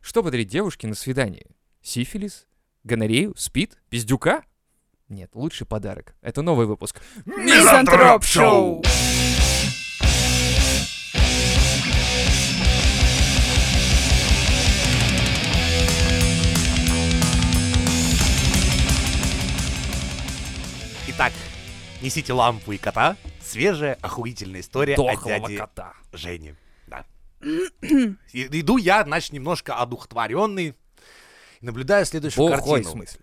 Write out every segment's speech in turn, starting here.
Что подарить девушке на свидание? Сифилис? Гонорею? Спид? Пиздюка? Нет, лучший подарок. Это новый выпуск. Мизантроп Шоу! Итак, несите лампу и кота. Свежая, охуительная история от Дохлого дяди кота. Жени. Да. И- Иду я, значит, немножко одухотворенный. и Наблюдаю следующую Бухой, в картину. смысле.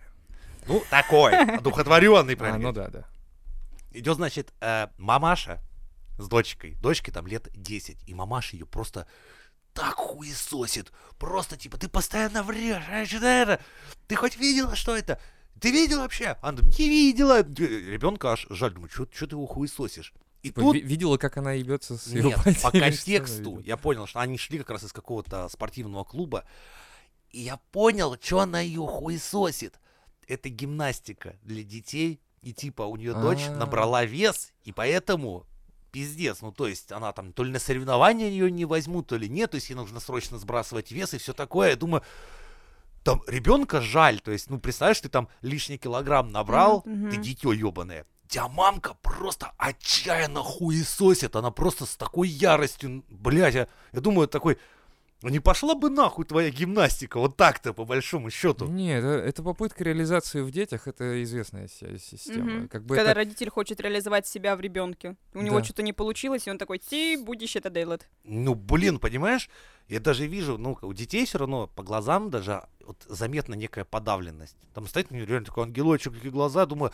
Ну, такой, одухотворенный А, прям. ну да, да. Идет, значит, э, мамаша с дочкой. Дочке там лет 10. И мамаша ее просто так хуесосит. Просто типа, ты постоянно врешь. а, что это? Ты хоть видела, что это? Ты видела вообще? Она там, не видела. Ребенка аж жаль. Думаю, что ты его хуесосит? И Типа, тут... ви- Видела, как она ебется с её Нет, батей по или что она контексту ведёт? я понял, что они шли как раз из какого-то спортивного клуба. И я понял, что она ее хуесосит. Это гимнастика для детей. И типа у нее дочь А. набрала вес, и поэтому пиздец. Ну, то есть она там то ли на соревнования ее не возьмут, то ли нет. То есть ей нужно срочно сбрасывать вес и все такое. Я думаю, там ребенка жаль. То есть, ну, представляешь, ты там лишний килограмм набрал, Мгм, ты мгм. дитё ебаное. Тебя мамка просто отчаянно хуесосит. Она просто с такой яростью, блядь, я, я думаю, такой, «Ну не пошла бы нахуй твоя гимнастика вот так-то, по большому счету. Нет, э, это попытка реализации в детях, это известная си- система. Мгм. Как бы Когда это- родитель хочет реализовать себя в ребенке. У него Да. что-то не получилось, и он такой, ти, будешь это делать. Ну, блин, понимаешь? Я даже вижу, ну, у детей все равно по глазам даже а, вот заметна некая подавленность. Там стоит у него реально такой ангелочек, такие глаза, думаю,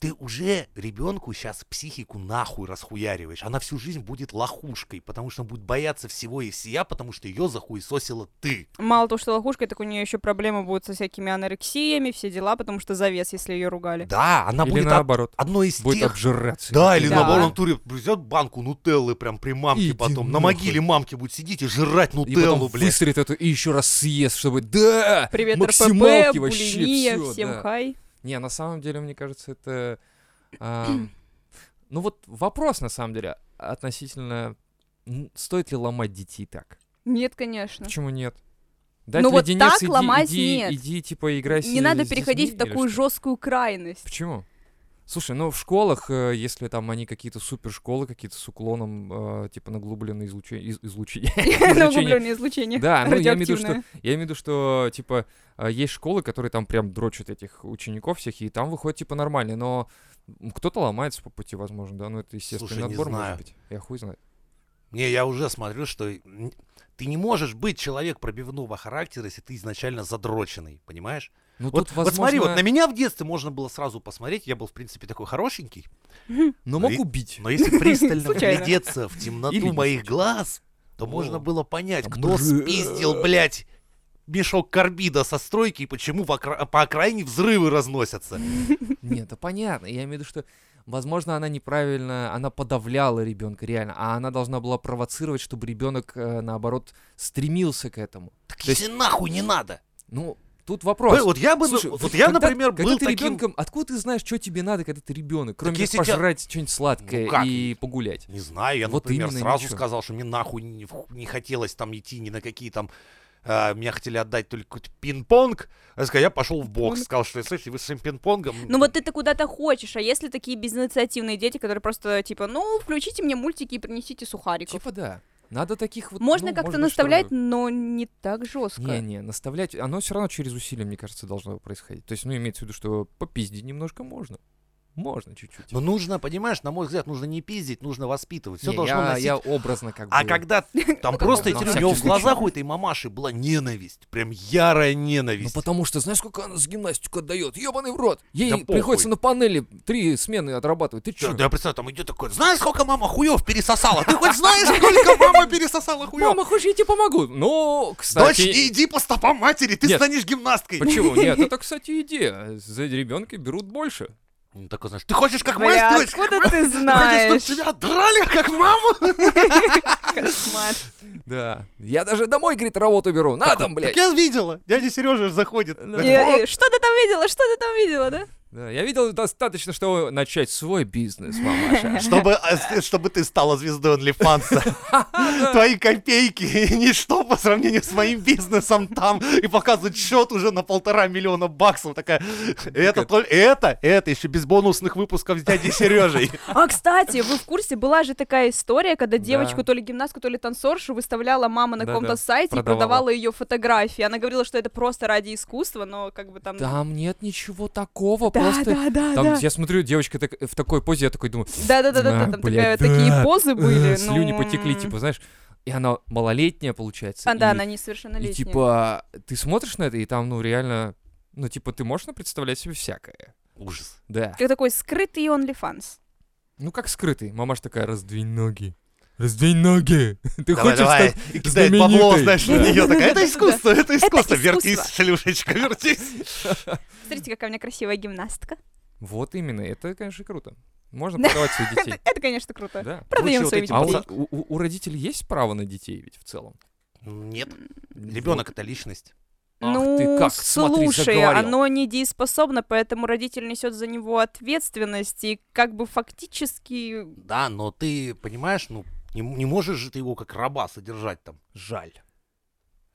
ты уже ребенку сейчас психику нахуй расхуяриваешь. Она всю жизнь будет лохушкой, потому что она будет бояться всего и всея, потому что ее захуесосила ты. Мало того, что лохушка, так у нее еще проблемы будут со всякими анорексиями, все дела, потому что завес, если ее ругали. Да, она Или будет от- наоборот. одной из Будет тех. обжираться. Да, или Да. наоборот, он туре взять банку нутеллы прям при мамке Иди потом. На нахуй. могиле мамки будет сидеть и жрать И потом нутеллу, блядь. выстрелит эту и еще раз съест, чтобы да, Привет, максималки РПП, вообще, булимия, всё, всем да. хай. Не, на самом деле, мне кажется, это... ам, ну вот вопрос, на самом деле, относительно... м, Стоит ли ломать детей так? Нет, конечно. Почему нет? Дать Ну вот леденец, так иди, ломать иди, нет. Иди, типа, играй с Не надо с переходить в детьми или такую что? жесткую крайность. Почему? Слушай, ну в школах, э, если там они какие-то супершколы, какие-то с уклоном, э, типа, на глубленное излучение... из- излучение- На излучение углубленное излучение. Да, ну я имею в виду, радиоактивное. что, я имею в виду, что типа а, есть школы, которые там прям дрочат этих учеников всех, и там выходит типа нормально, но м, кто-то ломается по пути, возможно, да, ну это естественный Слушай, не отбор знаю. может быть. Я хуй знает. Не, я уже смотрю, что н- ты не можешь быть человек пробивного характера, если ты изначально задроченный, понимаешь? Ну вот, тут, вот смотри, вот возможно, на меня в детстве можно было сразу посмотреть, я был, в принципе, такой хорошенький, но мог и- убить. но если пристально Случайно. глядеться в Или темноту не моих глаз, то О. можно было понять, Там э, кто бр- спиздил, блядь, мешок карбида со стройки и почему в окра- по окраине взрывы разносятся. Нет, это понятно. Я имею в виду, что, возможно, она неправильно, она подавляла ребенка реально, а она должна была провоцировать, чтобы ребенок, э, наоборот, стремился к этому. Так То есть- если нахуй не надо. Ну, тут вопрос. Вот я бы, ну, Слушай, вот вот я, когда- например, когда был ты таким... ребенком, откуда ты знаешь, что тебе надо, когда ты ребенок, кроме как если тебя- пожрать что-нибудь сладкое Ну, как? и погулять? Не знаю, я, Вот например, именно сразу ничего. сказал, что мне нахуй не, в- не хотелось там идти ни на какие там... а, меня хотели отдать только какой-то пинг-понг. Я сказал, я пошел в бокс. Пинг-понг. Сказал, что, слышите, вы с этим пинг-понгом... Ну вот ты-то куда-то хочешь, а если такие безинициативные дети, которые просто типа, ну, включите мне мультики и принесите сухариков. Типа да. Надо таких вот... Можно ну, как-то быть, что наставлять, ли- но не так жестко. Не-не, наставлять... Оно все равно через усилие, мне кажется, должно происходить. То есть, ну, имеется в виду, что попиздить немножко можно. Можно чуть-чуть. Но Ну, нужно, понимаешь, на мой взгляд, нужно не пиздить, нужно воспитывать. Все Не, должно я, носить... я образно как А бы... когда там просто... на эти люди- У всякий него в случай. глазах у этой мамаши была ненависть. Прям ярая Ну ненависть. потому что, знаешь, сколько она за гимнастику отдает? Ебаный в рот! Ей Да похуй. приходится на панели три смены отрабатывать. Ты Чё, чё? да я представляю, там идет такой, знаешь, сколько мама хуев пересосала? Ты хоть знаешь, сколько мама пересосала хуев? Мама, хочешь, я тебе помогу? Ну, Дочь, кстати... не иди по стопам матери, ты Нет. станешь гимнасткой. Почему? Нет, это, кстати, идея. За ребенка берут больше. Ну, такой, знаешь, ты хочешь как моя Бля, дочь? откуда ты Хочешь, знаешь? чтобы тебя драли, как маму? Кошмар. Да. Я даже домой, говорит, работу беру. На там, блядь. я видела. Дядя Сережа заходит. ну. Да. э, И- и Что ты там видела? Что ты там видела, да? Да, я видел достаточно, чтобы начать свой бизнес, мамаша. Чтобы, а, с- чтобы ты стала звездой OnlyFans. Твои копейки — ничто по сравнению с моим бизнесом там. И показывает счет уже на полтора миллиона баксов. Такая, это, толь- это, это еще без бонусных выпусков с дядей Сережей. А, кстати, вы в курсе, была же такая история, когда Да. девочку, то ли гимнастку, то ли танцоршу выставляла мама на Да-да, каком-то сайте и продавала. продавала ее фотографии. Она говорила, что это просто ради искусства, но как бы там... Там нет ничего такого, да, просто... да, да, Там да. я смотрю, девочка так- в такой позе, я такой думаю, Да, да, да, да, Да, там блядь, такая- такие да. позы были. «Э, слюни ну, потекли, м. типа, знаешь, и она малолетняя получается. А, да, и- она И несовершеннолетняя. типа, ты смотришь на это, и там, ну, реально, ну, типа, ты можешь представлять себе всякое. Ужас. Да. Как такой скрытый OnlyFans. Ну, как скрытый. Мамаш такая, раздвинь ноги. Раздвинь ноги! Ты Давай, хочешь давай. стать И кидает знаменитой? бабло, знаешь, на Да. нее. Такая, это искусство, это искусство. искусство. Вертись, шлюшечка, вертись. Смотрите, какая у меня красивая гимнастка. Вот именно, это, конечно, круто. Можно Да. продавать своих детей. Это, конечно, круто. Да. Продаем Лучше вот свои эти А детей. у, у- у- у родителей есть право на детей ведь в целом? Нет, Вот. ребенок — это личность. Ах ну, ты, как, смотри, слушай, заговорил. оно недееспособно, поэтому родитель несет за него ответственность, и как бы фактически... Да, но ты понимаешь, ну, не, не можешь же ты его как раба содержать там. Жаль.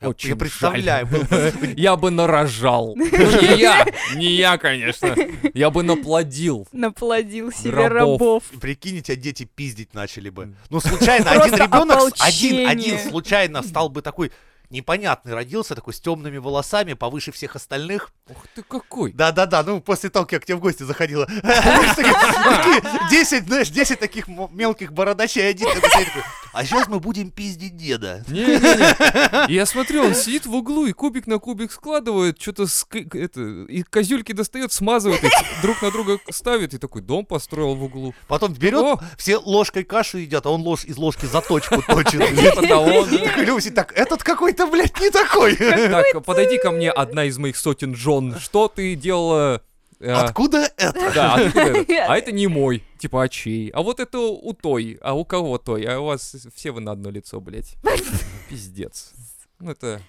Я- Очень я представляю, жаль. был бы Я бы нарожал. Ну, Не я, не я, конечно. Я бы наплодил. наплодил себе Рабов. рабов. Прикинь, тебя дети пиздить начали бы. Мгм. Ну, случайно, Просто один ребенок, с- ополчение. один, один случайно стал бы такой непонятный, родился такой с темными волосами, повыше всех остальных. Ух ты какой. Да-да-да, ну, после того, как я к тебе в гости заходила. Знаешь, такие- такие 10, знаешь, 10 таких м- мелких бородачей, один такой стоит такой, А сейчас мы будем пиздить деда. Не-не-не. Я смотрю, он сидит в углу и кубик на кубик складывает, что-то с к- это, и козюльки достает, смазывает их, друг на друга ставит, и такой дом построил в углу. Потом берет, О! все ложкой кашу едят, а он ложь из ложки заточку точит. Типа того, да. Такой Люся, так, этот какой-то, блядь, не такой. Так, подойди ко мне, одна из моих сотен Джон. Что ты делала? э, Откуда это? Да, откуда это? А это не мой. Типа, а чей? А вот это у той. А у кого той? А у вас все вы на одно лицо, блядь. Пиздец. Ну это...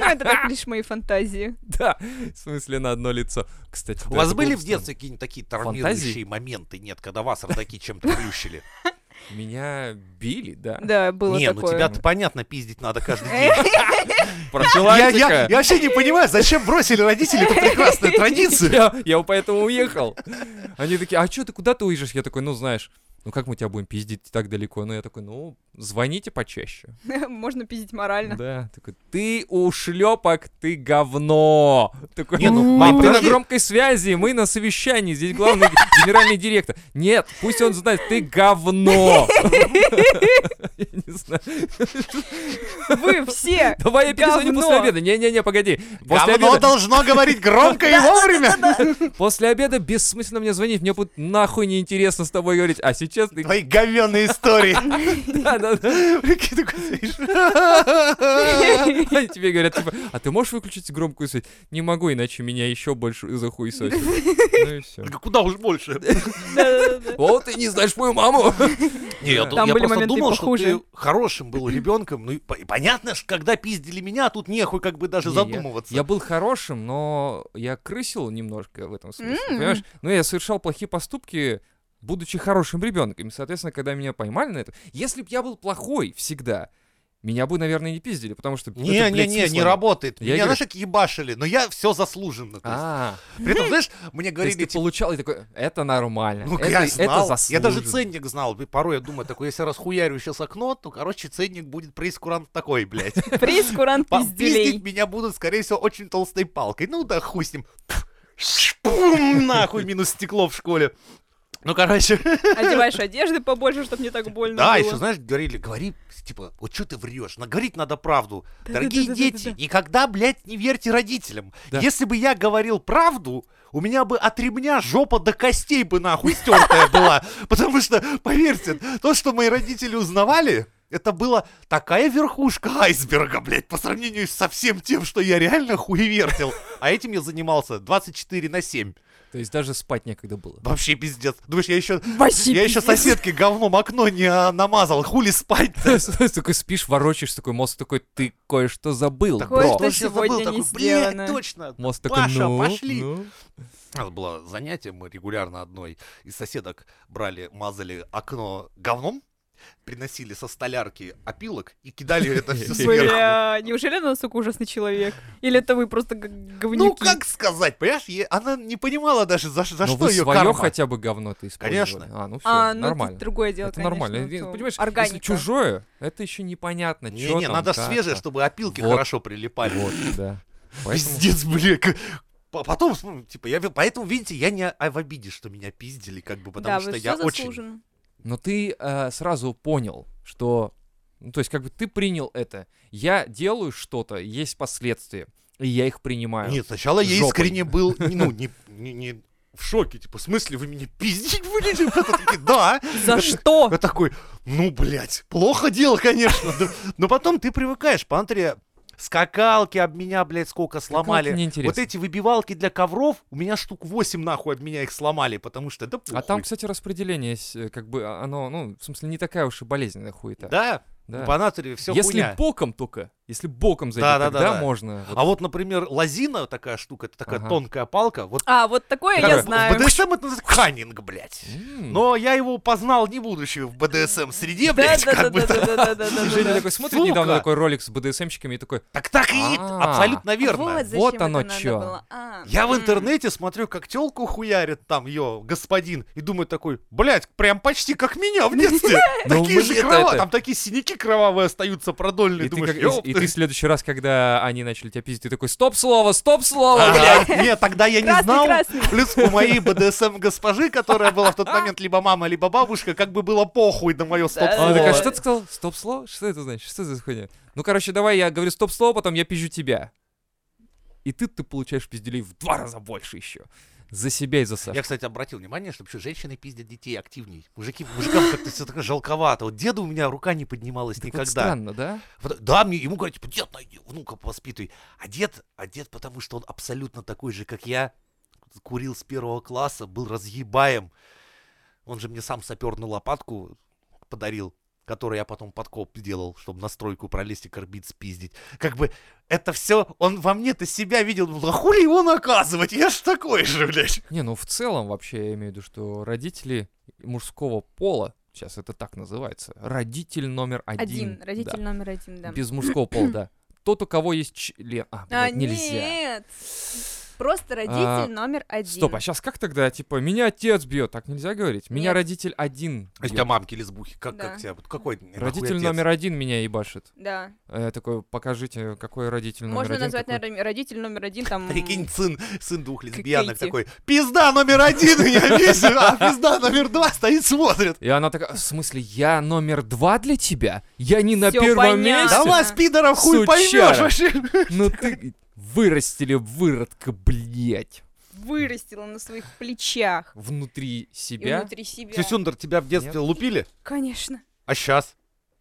Ну, это так лишь мои фантазии. Да, в смысле на одно лицо. Кстати, У да, вас это были было бы в детстве какие-нибудь такие Фантазии? травмирующие моменты, нет, когда вас родаки чем-то плющили? странно. Меня били, да. Да, было Не, ну такое. тебя-то понятно, пиздить надо каждый день. Я, Профилактика. я, я вообще не понимаю, зачем бросили родители эту прекрасную традицию. Я- я поэтому уехал. Они такие, а что ты, куда ты уезжаешь? Я такой, ну знаешь, ну как мы тебя будем пиздить так далеко? Ну я такой, ну звоните почаще. Можно пиздить морально. Да, такой, ты ушлепок, ты говно. Такой, Не, ну, мам, мам, ты на подожди. громкой связи, мы на совещании, здесь главный г- генеральный директор. Нет, пусть он знает, ты говно. Я не знаю. Вы все! Давай я перезвоню Говно. после обеда. Не-не-не, погоди. После Говно обеда, должно говорить громко и вовремя. после обеда бессмысленно мне звонить, мне будет нахуй неинтересно с тобой говорить. А сейчас ты... Твои говёные истории. Да-да-да. Прикинь, такой сидишь. Они тебе говорят, типа, а ты можешь выключить громкую связь? Не могу, иначе меня еще больше захуесосит. Ну и все. Да Куда уж больше. Да-да-да. Вот ты не знаешь мою маму. Не, я, ду- Там я были просто моменты и думал, что похуже. ты хорошим был ребенком. Ну и по- и понятно, что когда пиздили меня, тут нехуй как бы даже Не, я- задумываться. Я был хорошим, но я крысил немножко в этом смысле, М. понимаешь? Но я совершал плохие поступки, будучи хорошим ребенком. И, соответственно, когда меня поймали на это... Если бы я был плохой всегда, меня бы, наверное, не пиздили, потому что... это, блядь, Не-не-не, не смысла работает. Я Меня, говорю- знаешь, как ебашили, но я все заслуженно. нет. то есть. А, При этом, знаешь, мне то есть говорили, ты типа, получал и такой, это нормально, ну, это, я это знал, я даже заслуженно». ценник знал. И Порой я думаю, такой, если расхуярю сейчас окно, то, короче, ценник будет прейскурант такой, блядь. Приз курант Па- пизделей. Пиздить меня будут, скорее всего, очень толстой палкой. Ну да, хуй с ним. Пум, нахуй, минус стекло в школе. Ну, короче, Одеваешь одежды побольше, чтобы не так больно Да, было. еще, знаешь, говорили, говори, типа, вот что ты врешь? Но говорить надо правду. Да-да-да-да-да-да. Дорогие дети, никогда, блядь, не верьте родителям. Да. Если бы я говорил правду, у меня бы от ремня жопа до костей бы нахуй стертая была. Потому что, поверьте, то, что мои родители узнавали, это была такая верхушка айсберга, блядь, по сравнению со всем тем, что я реально хуевертил. А этим я занимался 24 на 7. То есть даже спать некогда было. Вообще пиздец. Думаешь, я еще, Вообще я еще пиздец. соседке говном окно не а, намазал. Хули спать Такой спишь, ворочаешь, такой мозг такой, ты кое-что забыл, Так, бро. Кое-что что ж я забыл, сегодня не такой, блядь, сделано». точно. Мозг такой, Паша, ну, пошли. ну. У нас было занятие, мы регулярно одной из соседок брали, мазали окно говном, приносили со столярки опилок и кидали это все сверху. Бля, неужели она, сука, ужасный человек? Или это вы просто г- говнюки? Ну, как сказать, понимаешь, е- она не понимала даже, за, ш- за Ну, Но что «Ну, вы ее свое карма. хотя бы говно-то использовали. Конечно. А, ну все, А, ну нормально. это другое дело, Это нормально. конечно, Э, ну, Понимаешь, органика. если чужое, это еще непонятно, что Не-не, надо свежее, чтобы опилки Вот. хорошо прилипали. Вот, да. Поэтому- Пиздец, бля. к- по- Потом, ну, типа, я, ви- поэтому, видите, я не а- в обиде, что меня пиздили, как бы, потому да, что вы я всё очень... заслуженно. Но ты э, сразу понял, что... Ну, то есть, как бы ты принял это. Я делаю что-то, есть последствия, и я их принимаю. Нет, сначала я Жопой. искренне был, ну, не, не- не в шоке, типа, в смысле вы меня пиздить будете? Это такие, Да. За что? Я такой, ну, блядь, плохо дело, конечно. Да. Но потом ты привыкаешь, пантрия, скакалки об меня, блядь, сколько Как-то сломали. вот мне интересно. Вот эти выбивалки для ковров, у меня штук 8 нахуй об меня их сломали, потому что да А там, похуй. кстати, распределение, есть, э, как бы, а, оно, ну, в смысле, не такая уж и болезненная хуета. Да, Да. по натуре все если хуйня. боком только, если боком зайти, Да-да-да-да. тогда можно. Вот А вот, например, лазина такая штука, это такая Ага. тонкая палка. Вот А, вот такое я Как знаю. В БДСМ это называется канинг, блядь. М. Но я его познал не будучи в БДСМ среде, Хм. Да, блядь, да, да, как бы. да, да, да, да, И да, Женя да. такой смотрит Сука! недавно такой ролик с БДСМщиками и такой, Так так и есть, А. абсолютно верно. Вот зачем Вот это оно надо чё. было. А, Я в м. интернете смотрю, как телку хуярит там ее господин, и думаю такой, блядь, прям почти как меня в детстве. Ну, Такие мы же это- крова- это- там такие синяки кровавые остаются продольные, И ты, думаешь, как- и- ёпта. и ты в следующий раз, когда они начали тебя пиздить, ты такой, стоп слово, стоп слово, А, блядь». Нет, тогда я не Красный, знал. красный. Плюс у моей БДСМ госпожи, которая была в тот момент либо мама, либо бабушка, как бы было похуй на мое стоп Она такая, Ой. А, что ты сказал? Стоп слово? Что это значит? Что это за хуйня? Ну, короче, давай я говорю стоп слово, потом я пизжу тебя. И ты, ты получаешь пизделей в два раза больше еще. За себя и за Сашу. Я, кстати, обратил внимание, что вообще женщины пиздят детей активней. Мужики, мужикам как-то все такое жалковато. Вот деда у меня рука не поднималась Так вот никогда. странно, да? Вот, Да, мне ему говорят, типа, дед, найди, внука воспитывай. А дед, а дед, потому что он абсолютно такой же, как я, курил с первого класса, был разъебаем. Он же мне сам саперную лопатку подарил, которую я потом подкоп делал, чтобы на стройку пролезть и корбит спиздить. Как бы это все, он во мне-то себя видел, ну да хули его наказывать, я ж такой же, блядь. Не, ну в целом вообще я имею в виду, что родители мужского пола, сейчас это так называется, родитель номер один. Один, да. родитель номер один, да. Без мужского пола, да. Тот, у кого есть член... А, А, блядь, нельзя. Нет. А, Просто родитель номер один. Стоп, а сейчас как тогда, типа, меня отец бьет, так нельзя говорить? Меня Нет. родитель один А если у бьет. тебя мамки лесбухи, как, Да. как тебя? вот Какой нахуй Родитель отец? номер один меня ебашит. Да. А Я такой, покажите, какой родитель номер Можно один. назвать, какой-» наверное, родитель номер один там... Прикинь, сын, сын двух лесбиянок Кейти. такой, пизда номер один меня бесит, а пизда номер два стоит смотрит. И она такая, в смысле, я номер два для тебя? Я не на Всё первом понятно. месте? Давай, с пидоров хуй поймешь Сучара. вообще. Ну ты вырастили выродка, блять, Вырастила на своих плечах. внутри И себя. внутри себя. Сюсюндер, тебя в детстве Нет. лупили? Конечно. А сейчас?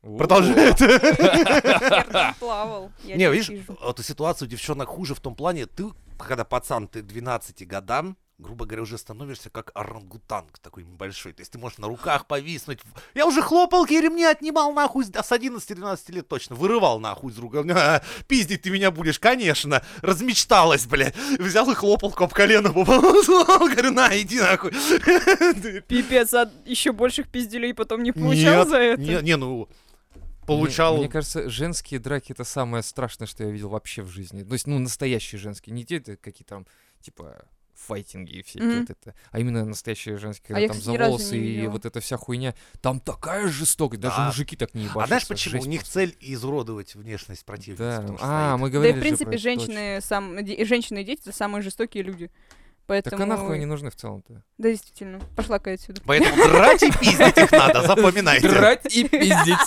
О. Продолжает. Я плавал. Я Не, тебя видишь, вижу. вот ситуация у девчонок хуже в том плане, ты, когда пацан, ты 12 годам, грубо говоря, уже становишься как орангутанг такой небольшой. То есть ты можешь на руках повиснуть. Я уже хлопалки и ремни отнимал нахуй с да, с 11-12 лет точно. Вырывал нахуй из рук. «А, Пиздить ты меня будешь, конечно. Размечталась, блядь. Взял и хлопалку об колено поползла. Говорю, на, иди нахуй. Пипец, а еще больших пизделей потом не получал за это? Не, не, ну, Мне- получал... Мне, кажется, женские драки это самое страшное, что я видел вообще в жизни. То есть, ну, настоящие женские, не те это какие там, типа, файтинги и всякие Мгм. А вот это, а именно настоящие женские, когда я, там кстати, за ни разу не волосы и видела. вот эта вся хуйня. Там такая жестокость, даже Да. мужики так не ебашатся. А знаешь почему? жесть У них просто. цель изуродовать внешность противника. Да. А, мы Да и, говорили в же про принципе, это, точно. женщины, сам, де- женщины и дети — это самые жестокие люди. Так Поэтому... а нахуй они нужны в целом-то? Да, действительно. Пошла-ка я отсюда. Поэтому драть и пиздить их надо, запоминайте. Драть и пиздить.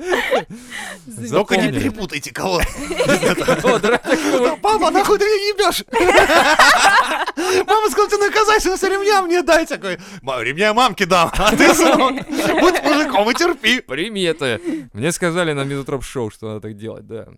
Только не Запомнили. перепутайте кого. О, драть такого. Папа, нахуй ты меня ебешь? Мама сказала, ты наказать, что со ремня мне дай. Такой, «Ма, ремня я мамке дам, а ты сынок, будь мужиком и терпи. Приметы. Мне сказали на Мизотроп Шоу, что надо так делать, да.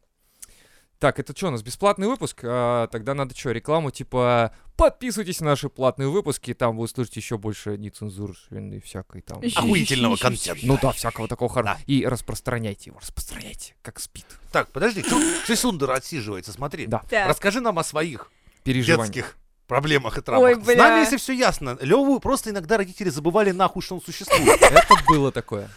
Так, это что, у нас бесплатный выпуск? А, тогда надо что, рекламу типа подписывайтесь на наши платные выпуски, там вы услышите еще больше нецензурной всякой там. А, Ещё Охуительного контента. Ну да, всякого такого хорошего. Да. И распространяйте его, распространяйте, как спит. Так, подожди, чё Чесундер отсиживается, смотри. Да. Так. Расскажи нам о своих Переживания. детских проблемах и травмах. Ой, С нами, бля. если все ясно, Леву просто иногда родители забывали нахуй, что он существует. Это было такое.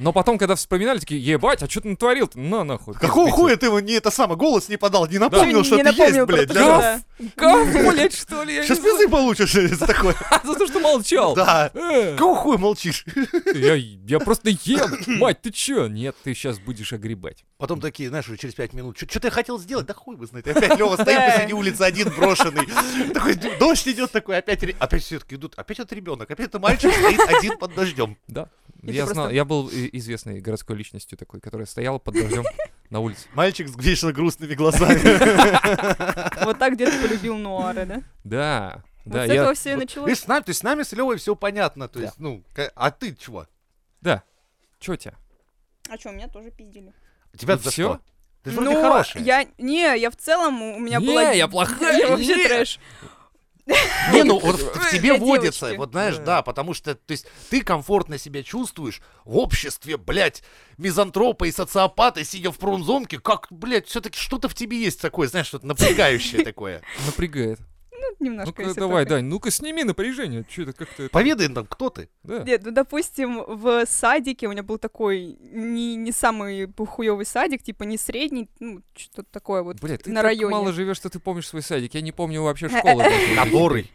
Но потом, когда вспоминали, такие, ебать, а что ты натворил-то? На нахуй. Какого пиздите». хуя ты ему не это самое, голос не подал, не напомнил, Чё, что не ты напомнил есть, про блядь. то, да? что- Говно, блядь, что ли? Я не Сейчас знаю. пизды получишь из такой. За то, что молчал. Да. Э. Какого хуя молчишь? Я, я просто ем. Мать, ты чё? Нет, ты сейчас будешь огребать. Потом такие, знаешь, уже через пять минут, что ты хотел сделать? Да хуй бы знает. И Опять Лева стоит посреди улицы один брошенный. Такой д- дождь идет такой, опять ре- опять все-таки идут, опять этот ребенок, опять это мальчик стоит один под дождем. Да. Это я знал, просто- я был и- известной городской личностью такой, которая стояла под дождем на улице. Мальчик с вечно грустными глазами. Вот так где-то полюбил Нуара, да? Да. Да, вот с я- этого все и Вот, началось. видишь, с нами, то есть с нами с Левой все понятно, то Да. есть, ну, ка- а ты чего? Чё тебя? А что, меня тоже пиздили. Тебя И за Ну всё? что? Ты же вроде Ну, хорошая. я... Не, я в целом, у у меня Не, была... я плохая, Я вообще не. трэш. Не, ну вот в Э, тебе для водится, девочки. вот знаешь, Да. да, потому что, то есть, ты комфортно себя чувствуешь в обществе, блядь, мизантропа и социопата, сидя в промзонке, как, блядь, все-таки что-то в тебе есть такое, знаешь, что-то напрягающее такое. Напрягает. Ну, Немножко, Ну-ка, если давай, только. Дань, ну-ка сними напряжение. Чё это как-то... это- Поведай нам, кто ты? Да. Нет, ну, допустим, в садике у меня был такой не, не самый хуёвый садик, типа не средний, ну, что-то такое вот Блядь, ты на так районе. мало живешь, что ты помнишь свой садик. Я не помню вообще школы. даже. Который.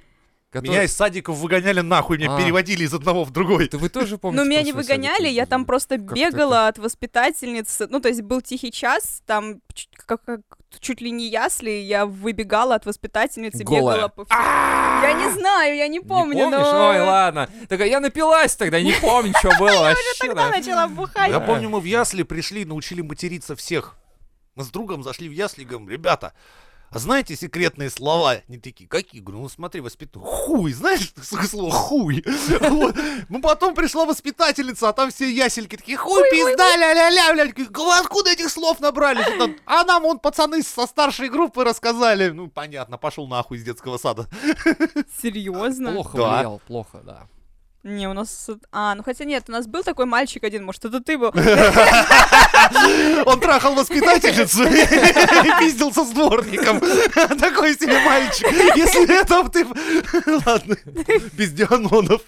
Который- Меня из садиков выгоняли нахуй, меня А. переводили из одного в другой. Ты вы тоже помните? Ну, меня про не свой выгоняли, садик? я там просто Как-то бегала от воспитательницы. Ну, то есть был тихий час, там чуть, как- как- чуть ли не ясли, я выбегала от воспитательницы, Голая. бегала по... всему. Я не знаю, я не помню, не помнишь? но... Ой, ладно. Такая, я напилась тогда, не помню, что было вообще. Тогда да. начала бухать. Я Да. помню, мы в ясли пришли, научили материться всех. Мы с другом зашли в ясли и говорим, ребята, а знаете секретные слова? Они такие, какие? Говорю, ну смотри, воспитатель, хуй, знаешь, сука, слово хуй. Вот. Ну потом пришла воспитательница, а там все ясельки такие, хуй, пизда, ля-ля-ля, блядь. Говорю, «Говорю, откуда этих слов набрались? Вот он, А нам вон пацаны со старшей группы рассказали. Ну понятно, пошел нахуй из детского сада. Серьезно? Плохо Да. влиял, плохо, да. Не, у нас... А, ну хотя нет, у нас был такой мальчик один, может, это ты был. Он трахал воспитательницу и пиздился с дворником. Такой себе мальчик. Если это ты... Ладно, пиздианонов.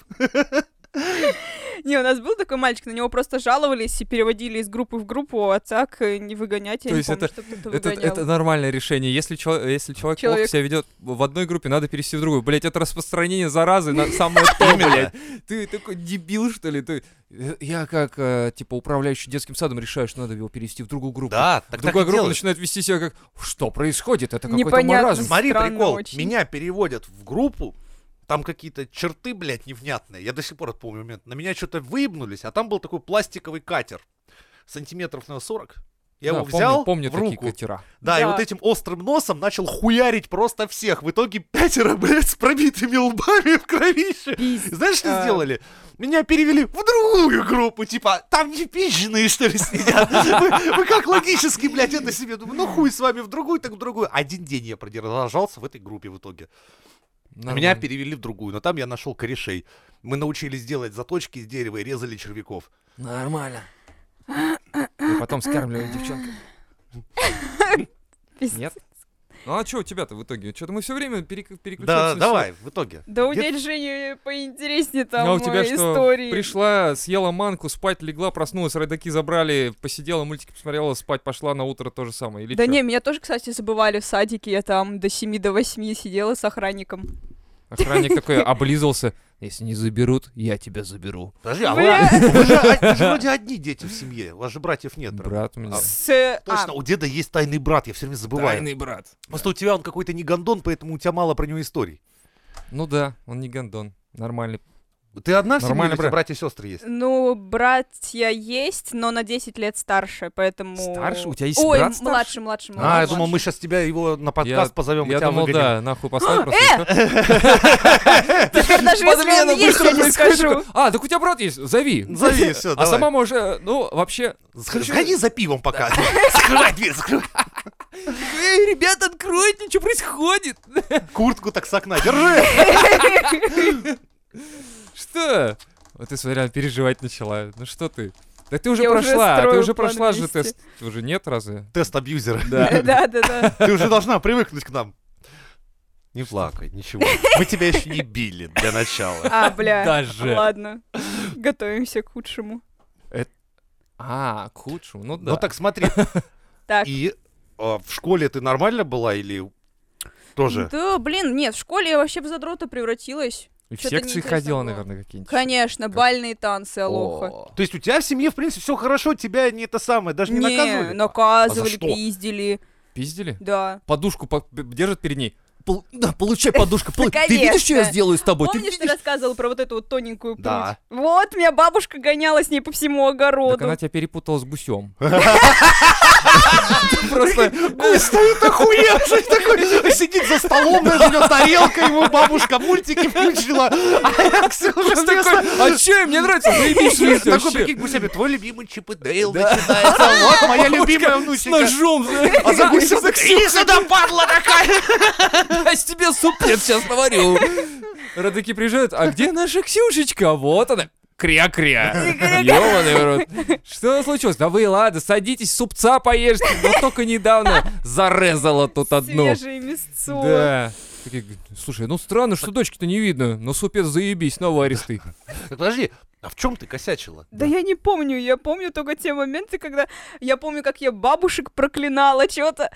Не, у нас был такой мальчик, на него просто жаловались и переводили из группы в группу, а так э, не выгонять, я То не есть помню, это- что кто-то Это, выгонял. это нормальное решение. Если, чел- если человек, плохо Человек- себя ведет в одной группе, надо перевести в другую. Блять, это распространение заразы на самое то, блядь. Ты такой дебил, что ли? Ты... Э, Я как, э, типа, управляющий детским садом решаю, что надо его перевести в другую группу. Да, так так Другая и группа делают. начинает вести себя как «Что происходит? Это какой-то Непонятно. маразм». Смотри, Странно прикол. очень. Меня переводят в группу, там какие-то черты, блядь, невнятные. Я до сих пор это помню момент. На меня что-то выебнулись, а там был такой пластиковый катер. Сантиметров на 40. Я Да, его помню- взял помню, в руку. такие катера. Да, и Да. вот этим острым носом начал хуярить просто всех. В итоге пятеро, блядь, с пробитыми лбами в кровище. Пиздец. Знаешь, что А. сделали? Меня перевели в другую группу, типа, там не пизженые, что ли, сидят. Вы, вы как логически, блядь, это себе. Думаю, ну хуй с вами в другую, так в другую. Один день я продержался в этой группе в итоге. Меня Нормально. перевели в другую, но там я нашел корешей. Мы научились делать заточки из дерева и резали червяков. Нормально. И потом скармливаю девчонка. Пиздец. Нет? Ну а что у тебя-то в итоге? Что-то мы все время перек- переключаемся. Да, на давай, в итоге. Да у Где- дяди Жени поинтереснее себя. там а у тебя э, что? истории. Пришла, съела манку, спать легла, проснулась, родаки забрали, посидела, мультики посмотрела, спать пошла, на утро то же самое. Или Да чё? не, меня тоже, кстати, забывали в садике. Я там до 7 до 8 сидела с охранником. А Охранник такой облизался. Если не заберут, я тебя заберу. Подожди, а вы, Бля. вы же, а- вы же вроде одни дети в семье, у вас же братьев нет. правда? Брат у меня. А, С... э, Точно, у деда есть тайный брат, я все время забываю. Тайный брат. Просто у тебя он какой-то не гондон, поэтому у тебя мало про него историй. Ну да, он не гондон. Нормальный. Ты одна в семье, Нормальный или у тебя братья и сестры есть? А, ну, братья есть, но на 10 лет старше, поэтому... Старше? У тебя есть Ой, брат старше? младше, младше, младше. А, я думал, мы сейчас тебя его на подкаст позовем, и Ну, Я тебя думал, выгоним. да, нахуй поставь просто. и всё. Даже А, э, если он Подмена есть, быстро я не происходит. скажу. А, так у тебя брат есть, зови. Зови, А все, А сама уже, ну, вообще... Сходи за пивом пока. Закрывай дверь, закрывай. Эй, ребят, откройте, что происходит? Куртку так с окна, держи! Что? Вот ты, смотри, она переживать начала. Ну что ты? Да ты уже Я уже прошла, ты строю уже план прошла же вместе. тест. Уже нет разве? Тест абьюзера. Да. Да-да-да. Ты уже должна привыкнуть к нам. Не плакай, ничего. Мы тебя еще не били для начала. А, бля. Даже. Ладно. Готовимся к худшему. А, к худшему. Ну да. Ну так смотри, Так. и а, в школе ты нормально была или Ну, тоже? Да, блин, нет, в школе я вообще в задрота превратилась. И в чё-то секции неинтересно ходила, было. наверное, какие-нибудь. Конечно, бальные танцы, алоха. О. То есть у тебя в семье, в принципе, все хорошо, тебя не это самое, даже не наказывали? А за наказывали, что? пиздили, Пиздили? да. Подушку по- держит перед ней. Пол- на, получай подушку. пол- Да, Ты видишь, что я конечно. сделаю с тобой? Ты Помнишь, ты видишь? рассказывал про вот эту вот тоненькую грудь? Да. Вот, меня бабушка гоняла с ней по всему Так она огороду. тебя перепутала с гусем. Просто ну, стоит охуевший такой, сидит за столом, даже у него тарелка, ему бабушка мультики включила, а я все уже просто такой, а че, мне нравится, заебись жизнь Такой, вообще». прикинь, гусями, твой любимый Чип и Дейл начинается, вот моя любимая С внучка. ножом, знаешь. А за гусем так, иди сюда, падла такая! Я с тебе суп нет, сейчас наварю. Родаки приезжают, а где наша Ксюшечка? Вот она. Кря-кря. Ёбаный в рот. Что случилось? Да вы, ладно, садитесь, супца поешьте. Вот только недавно зарезала тут одну. Свежее мясцо. Да. Такие, г- Слушай, ну странно, что дочки-то не видно, но супец заебись, наваристый. Так подожди, а в чем ты косячила? Да я не помню, я помню только те моменты, когда я помню, как я бабушек проклинала что-то.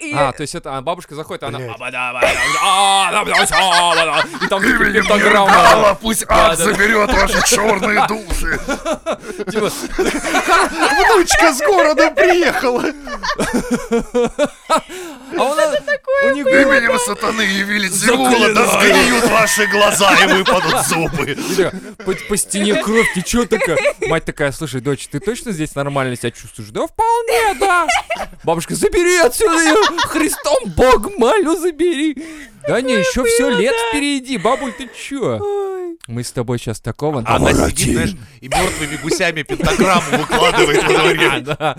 И... А, то есть это а, бабушка заходит, а она... Блядь. И там такие пентаграммы. Пентаграмма, пусть ад заберет ваши черные души. Типа, Внучка с города приехала! А у нас- у них было- Именем сатаны явились Зевула, да сгниют ваши глаза и выпадут зубы. И такая, по, по стене кровь течет такая. Мать такая, слушай, дочь, ты точно здесь нормально себя чувствуешь? Да вполне, да. Бабушка, забери отсюда ее. Христом Бог молю, забери. Да не, еще все лет впереди. Бабуль, ты че? Ой. Мы с тобой сейчас такого... А Она Буратино. сидит, знаешь, и мертвыми гусями пентаграмму Выкладывает во дворе. А, да.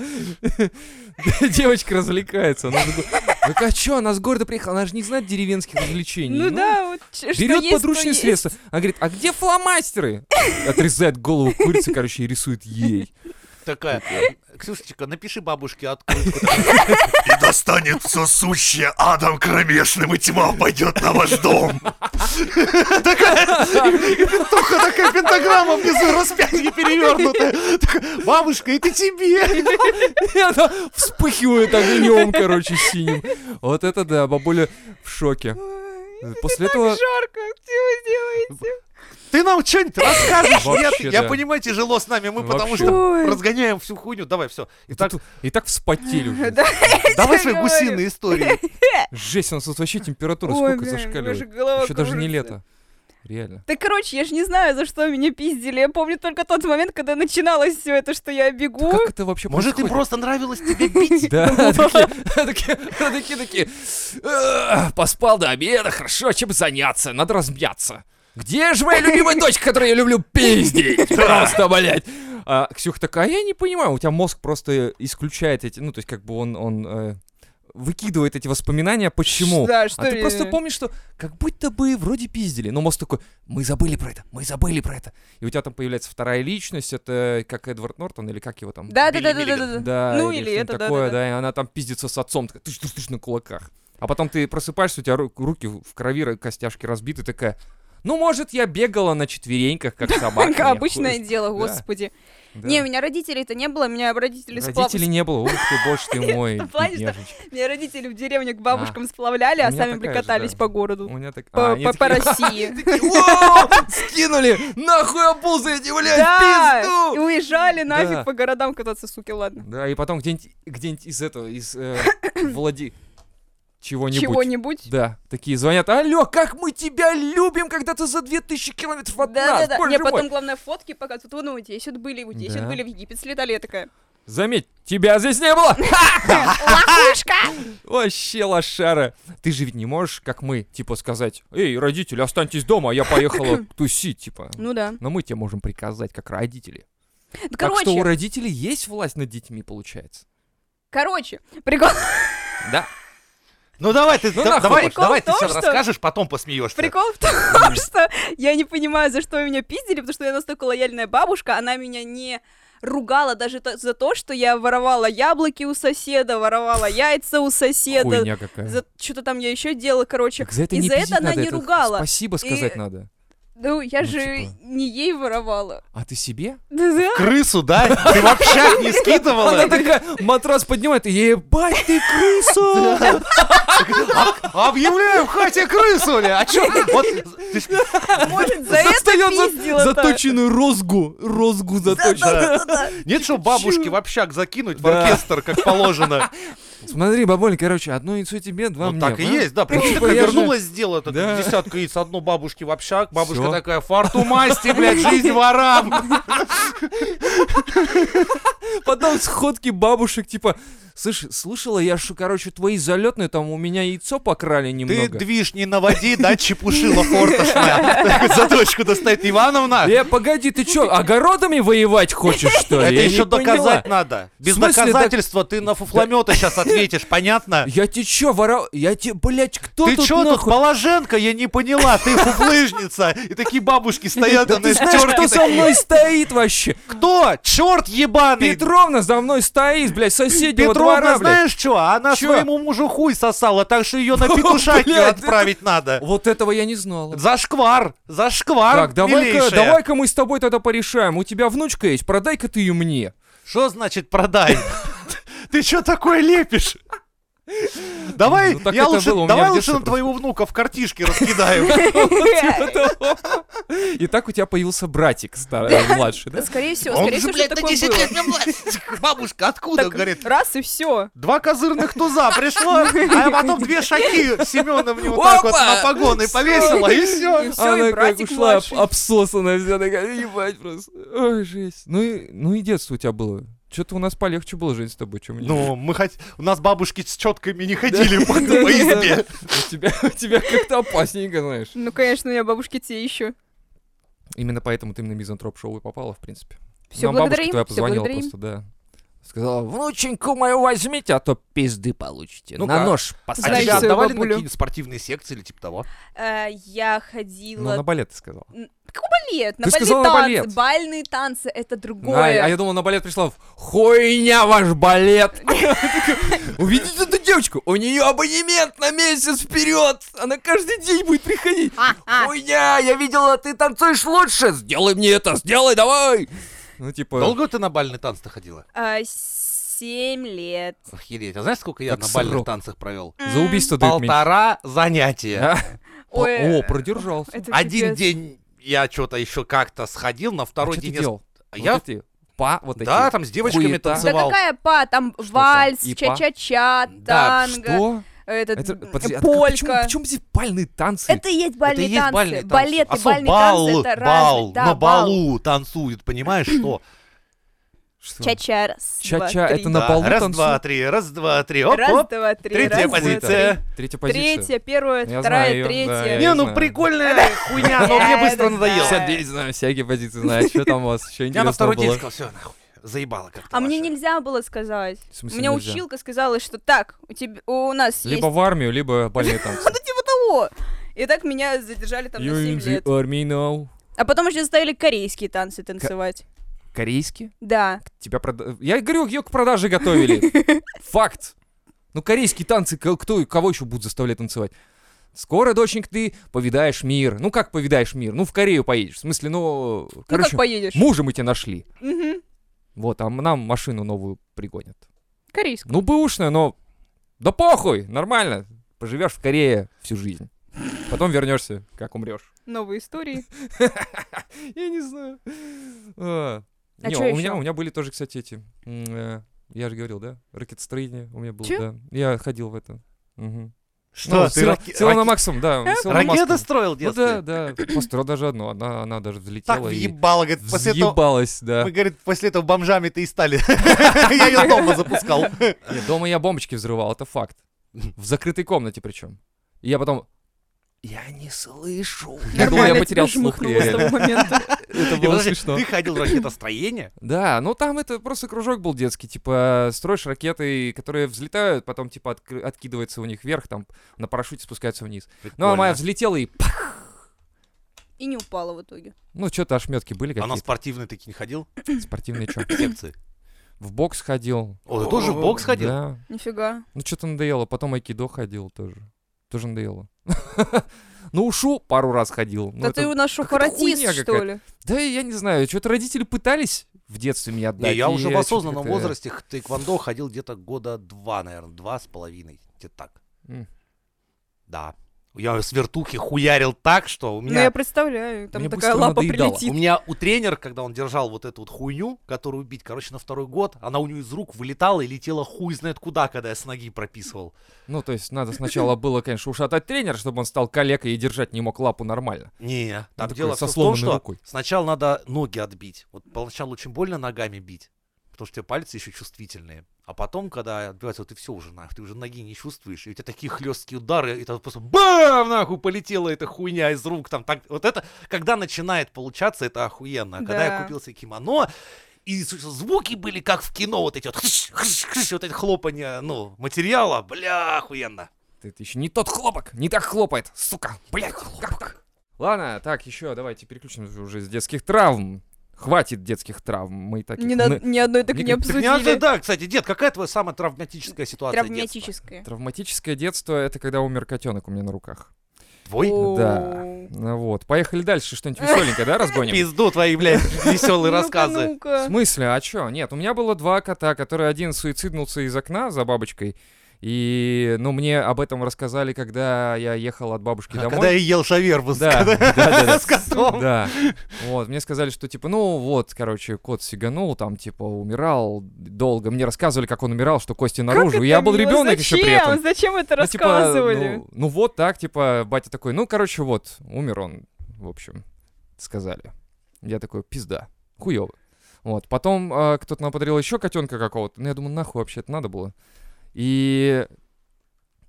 Девочка развлекается. Она такой, ну а чё, она с города приехала, она же не знает деревенских развлечений. Ну да, вот ч- что Берет есть, подручные то есть. средства. Она говорит, а где фломастеры? Отрезает голову курицы, короче, и рисует ей. такая. Ксюшечка, напиши бабушке открытку. И достанет все сущее адом кромешным, и тьма пойдет на ваш дом. Туха такая пентаграмма внизу, распятие перевернутое. Такая, Бабушка, это тебе. И она вспыхивает огнем, короче, синим. Вот это да, бабуля в шоке. Ой, После так этого... жарко, что вы делаете? Ты нам что-нибудь расскажешь? Нет, Вообще, я да. понимаю, тяжело с нами, мы потому Вообще. что Ой. разгоняем всю хуйню. Давай, все. И Итак, так, и так вспотели уже. Да, давай тебе свои говорю. гусиные истории. Жесть, у нас тут вообще температура Ой, сколько блин, у меня же зашкаливает. голова Еще даже не кружится. лето. Реально. Да, короче, я же не знаю, за что меня пиздили. Я помню только тот момент, когда начиналось все это, что я бегу. Как это вообще Может, им происходит? просто нравилось тебя бить? Ну, Да, такие, такие, такие, такие, «Э, поспал до обеда, хорошо, чем заняться, надо размяться. Где же моя любимая дочка, которую я люблю пиздить? Просто, блядь. А, Ксюха такая, «А я не понимаю, у тебя мозг просто исключает эти, ну, то есть как бы он, он э, выкидывает эти воспоминания, почему. Да, что а ты ли? просто помнишь, что как будто бы вроде пиздили, но мозг такой, мы забыли про это, мы забыли про это. И у тебя там появляется вторая личность, это э, как Эдвард Нортон или как его там? Да, да, да, да, Билли да, да, Да, Ну или что-нибудь это, да, такое, да, да. и она там пиздится с отцом, такая, тыш, тыш, тыш на кулаках. А потом ты просыпаешься, у тебя ру- руки в крови, ра- костяшки разбиты, такая, ну, может, я бегала на четвереньках, как собака. Как мне обычное хуй». дело, Да, господи. да. Не, у меня родителей-то не было, меня родители Родителей сплав... не было, ух ты, боже ты мой, В плане, что бедняжечка. Меня родители в деревню к бабушкам сплавляли, у а меня сами такая же, прикатались да. по У городу. меня так... а, По, они по- по такие, России. «Воу, Скинули! Нахуй обузаете, блядь, в пизду!» Да, и уезжали Да. нафиг по городам кататься, суки, ладно. Да, и потом где-нибудь где из этого, из э, Влади... Чего-нибудь. Чего-нибудь. Да, такие звонят, алло, как мы тебя любим, когда ты за 2000 километров от нас, Да-да-да, боже мне мой!» потом, главное, фотки показывают. Вот, ну, вот здесь вот были, вот здесь Да. вот были, в Египет слетали, я такая, Заметь, тебя здесь не было! лохушка! Вообще лошара. Ты же ведь не можешь, как мы, типа, сказать, эй, родители, останьтесь дома, а я поехала тусить, типа. Ну да. Но мы тебе можем приказать, как родители. Да, Так что у Короче, родителей есть власть над детьми, получается. короче, прикол... Да. Ну давай ты, Ну да- нахуй. давай, Прикол давай в ты том, сейчас что- расскажешь, потом посмеешься. Прикол в том, что я не понимаю, за что меня пиздили, потому что я настолько лояльная бабушка, она меня не ругала даже то- за то, что я воровала яблоки у соседа, воровала яйца у соседа, Хуйня какая. за что-то там я еще делала, короче. Так за это и не за пиздеть это она надо, не ругала. Спасибо сказать надо. Ну, я Ну, же типа. не ей воровала. А ты себе? Да-да. Крысу, да? Ты в общак не Она скидывала? такая, матрас поднимает, и ебать ты крысу! А- Объявляю в хате крысу, Ля. А чё? Вот ты ж- Может, за это Достает за- пиздила-то. заточенную розгу, розгу заточенную. Да-да-да-да. Нет, что бабушки в общак закинуть в Да. оркестр, как положено. Смотри, бабуль, короче, одно яйцо тебе, два Ну мне. так и понимаешь? есть, да. Прикинь, типа, такая я же- вернулась сделала так, Да. десятка яиц, одну бабушке в общак, бабушка Всё. такая, фарту масти, блядь, жизнь ворам. Потом сходки бабушек, типа, слышь, слышала я, что, короче, твои залетные, там у меня яйцо покрали Ты немного. движ не наводи, да, чепушила фортошная. Заточку достает Ивановна. Э, погоди, ты чё, огородами воевать хочешь, что ли? Это Я не еще поняла. доказать надо. Без В смысле доказательства ты на фуфломета сейчас ответишь, понятно? Я тебе чё, вора... Я тебе, блядь, кто Ты тут чё тут, нахуй? Положенко, я не поняла, ты фуфлыжница. И такие бабушки стоят, Да на ты знаешь, кто со мной стоит вообще? Кто? Черт ебаный! Петровна за мной стоит, блядь, с соседнего Петровна, двора, блядь. знаешь что? Она Чё? своему мужу хуй сосала, так что ее на петушатню блядь, отправить надо. Вот этого я не знала. Зашквар! Зашквар! Так, давай-ка, милейшая. давай-ка мы с тобой тогда порешаем. У тебя внучка есть, продай-ка ты ее мне. Что значит продай? Ты что такое лепишь? Давай, Ну, так я это лучше, было у меня давай в лучше детстве на твоего внука в картишке раскидаю. И так у тебя появился братик старый, младший, да? Скорее всего, скорее всего, что такое было. мне младше. Бабушка, откуда, Так, говорит? раз и все. Два козырных туза пришло, а потом две шаги Семена мне вот так вот Опа! на погоны повесила, и все. Всё, и Она как братик ушла об- младший. обсосанная вся такая, ебать просто. Ой, жесть. Ну и, ну и детство у тебя было. Что-то у нас полегче было жить с тобой, чем у меня. Ну, мы хоть... У нас бабушки с четками не ходили по Да, да, да, избе. да. У тебя, у тебя как-то опасненько, знаешь. Ну, конечно, у меня бабушки те еще. Именно поэтому ты на мизантроп-шоу и попала, в принципе. Все Нам бабушка благодарим. твоя всё позвонила благодарим. просто, да. Сказала, внученьку мою возьмите, а то пизды получите. Ну на как? нож А Знаешь посадите. тебя свою отдавали на бабулю. какие-нибудь спортивные секции или типа того? Э, я Ну, ходила... на балет ты сказала. Какой балет? На Ты бальные сказала на танцы. балет. Бальные танцы — это другое. А, а я думал, на балет пришла в «Хуйня ваш балет!» Увидите эту девочку, у нее абонемент на месяц вперед! Она каждый день будет приходить! А, а. Хуйня, я видела, ты танцуешь лучше! Сделай мне это, сделай, давай! Ну, типа... Долго ты на бальные танцы ходила? Э, Семь лет. Охереть. А знаешь, сколько я Как на бальных срок. танцах провел? За убийство дают меньше. Полтора занятия. А? Ой, О, продержался. э, это Один пипец. день я что-то еще как-то сходил, на А второй что ты день... я- делал? А Вот Я эти Па, вот эти. Да, там с девочками хуета. Да Да танцевал. какая па, там Что вальс, там? И па? ча-ча-ча, Да, танго, Что? этот, Это, м, подожди, а как- почему, полька. почему здесь бальные танцы? Это и есть бальные это и есть танцы. бальные танцы. Балет а и со бальные бал, танцы — это бал, разные. Да, на бал. балу танцуют, понимаешь, что? Что? Ча-ча, типа. раз, два, Ча-ча, три. это на Да, балу раз, танцуют? два, три, раз, два, три, оп, Раз, оп. два, три. Третья раз, два, позиция. три. Третья позиция. Ну, Третья, первая, Я знаю вторая, её, да, третья. я- Не, ну знаю. прикольная А, хуйня, ну, но мне Я быстро это надоело. знаю. 59 знаю, всякие позиции знаю. Что там у вас еще Я на интересного второй день было? сказал, все, нахуй, заебало как-то А мне ваше». нельзя было сказать. В У смысле меня нельзя? училка сказала, что так, у тебя у Либо нас есть ну, типа в армию, либо бальные танцы. того. И так меня задержали там на You in 7 the лет. army now. А потом еще заставили корейские танцы танцевать. Корейские? Да. Ну, Тебя прода- Я говорю, ее к продаже готовили. Факт. Ну, корейские танцы, ко- кто, кого еще будут заставлять танцевать? Скоро, доченька, ты повидаешь мир. Ну, как повидаешь мир? Ну, в Корею поедешь. В смысле, ну... ну как Короче, поедешь? мужа мы тебя нашли. Мгм. Вот, а нам машину новую пригонят. Корейскую. Ну, бэушная, но... Да похуй, нормально. Поживешь в Корее всю жизнь. Потом вернешься, как умрешь. Новые истории. Я не знаю. А, А не, чё у ещё? меня, у меня были тоже, кстати, эти... м, э, Я же говорил, да? Ракетостроение у меня было, Чё? да. Я ходил в это. Мгм. Что, Ну, ты с Ил- раке- с Илоном раке- Максом, да. Э? с Илоном ракеты Маском. строил Ну в детстве? да, да. Построил даже одну. Одна, она даже Так взлетела и въебало, говорит, после этого... взъебалась, да. Мы, говорит, после этого бомжами-то и стали. Я ее дома запускал. Нет, дома я бомбочки взрывал, это факт. В закрытой комнате причем. И я потом... Я не слышу. Я думал, Нормально я тебя потерял слух жмыхнуло с того реально. момента. Это И было подожди, смешно. Ты ходил в ракетостроение? Да, ну там это просто кружок был детский, типа строишь ракеты, которые взлетают, потом типа отк- откидывается у них вверх, там на парашюте спускаются вниз. Ну а Прикольно. моя взлетела и пах! И не упала в итоге. Ну что-то ошметки были А на какие-то спортивные таки не ходил? спортивные, что? Секции. В бокс ходил. О, ты тоже в бокс ходил? Да. Нифига. Ну что-то надоело, потом айкидо ходил тоже. Тоже надоело. Ну ушу пару раз ходил. Ну, Да это- ты у нас какая-то хуйня шахматист, что какая-то. ли? Да я не знаю, что-то родители пытались в детстве меня отдать. Не, я и уже в чё-то осознанном как-то- возрасте х- тэквондо ходил где-то года два, наверное, два с половиной, где-то так. М. Да. Я с вертухи хуярил так, что у Ну, я меня... представляю, там Мне такая быстро лапа надоедало. У прилетит. меня у тренера, когда он держал вот эту вот хуйню, которую бить, короче, на второй год, она у него из рук вылетала и летела хуй знает куда, когда я с ноги прописывал. Ну, то есть надо сначала было, конечно, ушатать тренера, чтобы он стал калекой и держать не мог лапу нормально. Не, Ну, там такой дело со всё в том, сломанной что рукой. сначала надо ноги отбить. Вот поначалу очень больно ногами бить, потому что у тебя пальцы еще чувствительные. А потом, когда отбивается, вот ты все уже, нах, ты уже ноги не чувствуешь, и у тебя такие хлесткие удары, и это просто бам, нахуй, полетела эта хуйня из рук, там так, вот это, когда начинает получаться, это охуенно. А когда я Да. купил себе кимоно, и слушай, звуки были как в кино, вот эти вот, хш, хш, хш, вот это хлопанье, ну, материала, бля, охуенно. Это еще не тот хлопок, не так хлопает, сука, блядь, как так? Ладно, так, еще давайте переключимся уже с детских травм. Хватит детских травм, мы таких... Ни на- на- ни одной так и не Никак- Так не надо- обсудили. Да, кстати, дед, какая твоя самая травматическая ситуация детства? Травматическое. Травматическое детство — это когда умер котенок у меня на руках. Твой? Да. Оу. Ну вот, поехали дальше, что-нибудь веселенькое, да, разгоним? Пизду твои, блядь, веселые Ну-ка, рассказы. В ну-ка. смысле, а чё? Нет, у меня было два кота, которые один суициднулся из окна за бабочкой, и, ну, мне об этом рассказали, когда я ехал от бабушки домой. А Когда я ел шаверму с Да, да, да, да. с котом. Да. Вот, мне сказали, что типа, ну вот, короче, кот сиганул, там, типа, умирал долго. Мне рассказывали, как он умирал, что кости Как наружу. это И ну Я был мило. ребенок еще при Зачем? этом. Зачем это Ну, типа, рассказывали? ну, ну вот так, типа, батя такой, ну, короче, вот, умер он, в общем, сказали. Я такой, пизда, хуёво. Вот, потом а, кто-то нам подарил еще котенка какого-то. Ну, я думаю, нахуй вообще это надо было. И,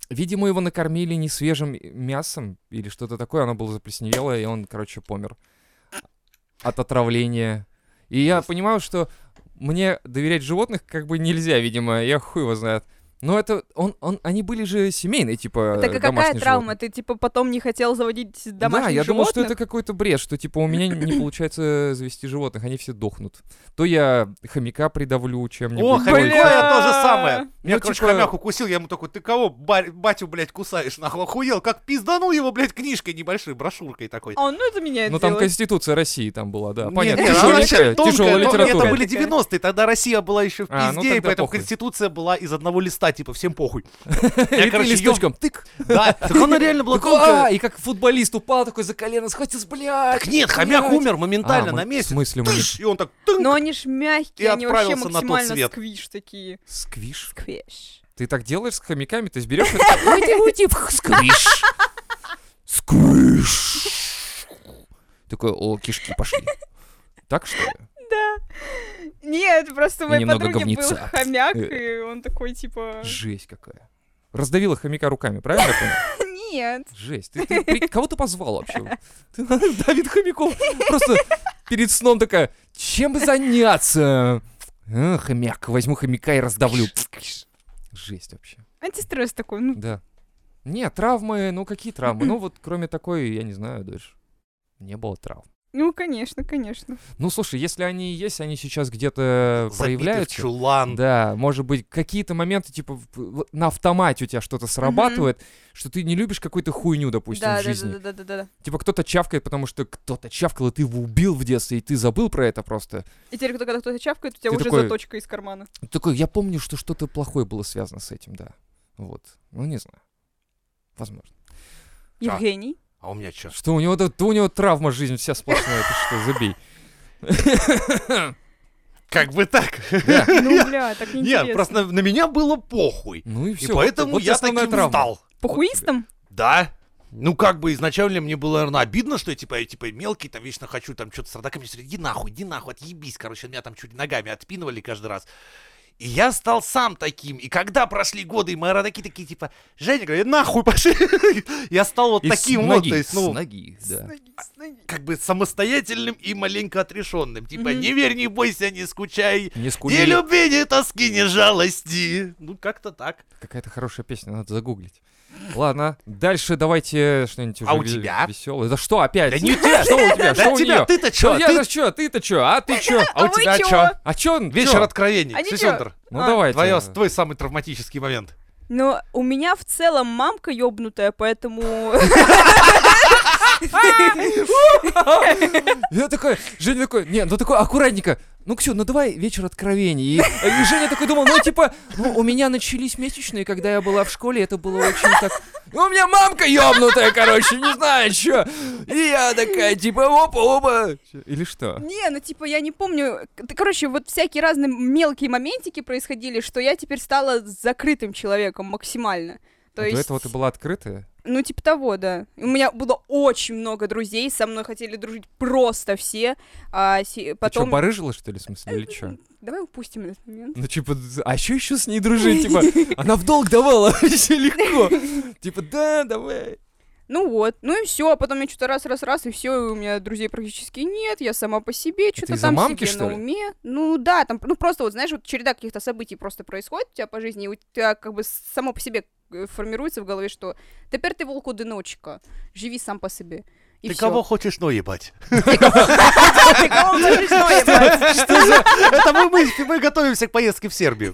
видимо, его накормили не свежим мясом или что-то такое. Оно было заплесневелое, и он, короче, помер от отравления. И я понимаю, что мне доверять животных как бы нельзя, видимо. Я хуй его знает. Но это... Он, он, они были же семейные, типа, Так а какая домашние травма? животные. Ты типа потом не хотел заводить домашних да, я думал, что это животных? какой-то бред, что типа у меня не получается завести животных, они все дохнут. То я хомяка придавлю чем-нибудь. О, то- хомякое Бля. то же самое. Меня, Ну, короче, типа- хомяк укусил, я ему такой, ты кого, ба- батю, блядь, кусаешь, нахуй, охуел, как пизданул его, блядь, книжкой небольшой, брошюркой такой. А, ну это меня Ну это там делает. Конституция России там была, да. Нет, Понятно, нет, она вообще тяжеленькая, тонкая, тяжелая но литература. Это были 90-е, тогда Россия была еще в А, ну пизде, и тогда поэтому похуй. Конституция была из одного листа, типа, всем похуй. И ты короче, листочком тык. Да, так она реально была Такой, тонкая. «А!» и как футболист упал такой за колено, схватился, блядь. Так нет, хомяк блядь. умер А, моментально мы- на В месте. смысле, мы не- Тыщ, И он так, тынк. Но они ж И мягкие, они вообще отправился на тот максимально свет. сквиш такие. Сквиш? Сквиш. Ты так делаешь с хомяками? Ты сберешь? Уйди, уйди. пх, Сквиш. Сквиш. Такой, о, кишки пошли. Так что ли? Да. Нет, просто у моей немного подруги был говнеца. хомяк, Э. и он такой типа... Жесть какая. Раздавила хомяка руками, правильно я понял? Нет. Жесть. Ты, ты при- кого ты позвал вообще? Ты, Давид Хомяков просто перед сном такая, чем бы заняться? «А, хомяк, возьму хомяка и раздавлю. Жесть вообще. Антистресс такой, ну, Да. Не, травмы, ну какие травмы? Ну вот кроме такой, я не знаю дальше. Не было травм. ну конечно, конечно. Ну слушай, если они и есть, они сейчас где-то Забитый в проявляются. чулан. Да, может быть, какие-то моменты, типа, в- в- на автомате у тебя что-то срабатывает, что ты не любишь какую-то хуйню, допустим, Да, в жизни. да, да, да, да, да. Типа кто-то чавкает, потому что кто-то чавкал, и ты его убил в детстве, и ты забыл про это просто. И теперь, когда кто-то чавкает, у тебя Ты уже такой- заточка из кармана. Ты такой, я помню, что что-то плохое было связано с этим, да. Вот. Ну, не знаю. Возможно. Евгений? А у меня что? Что у него, да, да у него травма жизнь вся сплошная, ты что, забей. Как бы так. Ну, бля, так Нет, неинтересно. просто на, на меня было похуй. Ну и И все. поэтому я таким стал. Похуистом? Да. Ну, как бы изначально мне было, наверное, обидно, что я, типа, я, типа, мелкий, там, вечно хочу, там, что-то с родаками, иди нахуй, иди нахуй, отъебись, короче, меня там чуть ногами отпинывали каждый раз. И я стал сам таким. И когда прошли годы, и мои родаки такие, типа, Женя, говорит, нахуй пошли. Я стал вот И таким с вот, ноги, то есть, с ну, ноги, да. как бы самостоятельным и маленько отрешенным. Типа, Мгм. не верь, не бойся, не скучай. Не Ни скулили. любви, ни тоски, ни жалости. Ну, как-то так. Какая-то хорошая песня, надо загуглить. Ладно, дальше давайте что-нибудь уже А у тебя? веселое. Да что опять? Да не у тебя. Что у тебя? Э, Да Что у тебя, нее? ты-то Что чё? я Ты за чё? Ты-то чё? А ты чё? А у вы тебя чё? чё? А чё он? Вечер чё? откровений. А ничего. Сисендр, Ну А. давайте. твоё- твой самый травматический момент. Ну, у меня в целом мамка ёбнутая, поэтому... Я такой, Женя такой, не, ну такой, аккуратненько. Ну, Ксю, ну давай вечер откровений. И, и Женя такой думал, ну типа, ну у меня начались месячные, когда я была в школе, это было очень так... Ну, у меня мамка ёбнутая, короче, не знаю чё. И я такая, типа, опа-опа. Или что? Не, ну типа я не помню. К- да, Короче, вот всякие разные мелкие моментики происходили, что я теперь стала закрытым человеком максимально. То А есть, До этого ты была открытая? ну типа того, да. У меня было очень много друзей, со мной хотели дружить просто все. А се- Ты что, потом... барыжила, что ли, в смысле, или что? Давай упустим этот момент. Ну, типа, а еще еще с ней дружить, типа, она в долг давала вообще легко. Типа, да, давай. Ну вот, ну и все, а потом я что-то раз-раз-раз, и все, у меня друзей практически нет, я сама по себе, что-то из-за там мамки, себе что на ли? уме. Ну да, там, ну просто вот, знаешь, вот череда каких-то событий просто происходит у тебя по жизни, и у тебя как бы само по себе э, формируется в голове, что теперь ты волк одиночка, живи сам по себе. И Ты всё. кого хочешь, но ебать. Ты кого хочешь, но я, блядь. Что за- Это мы мы- мы готовимся к поездке в Сербию.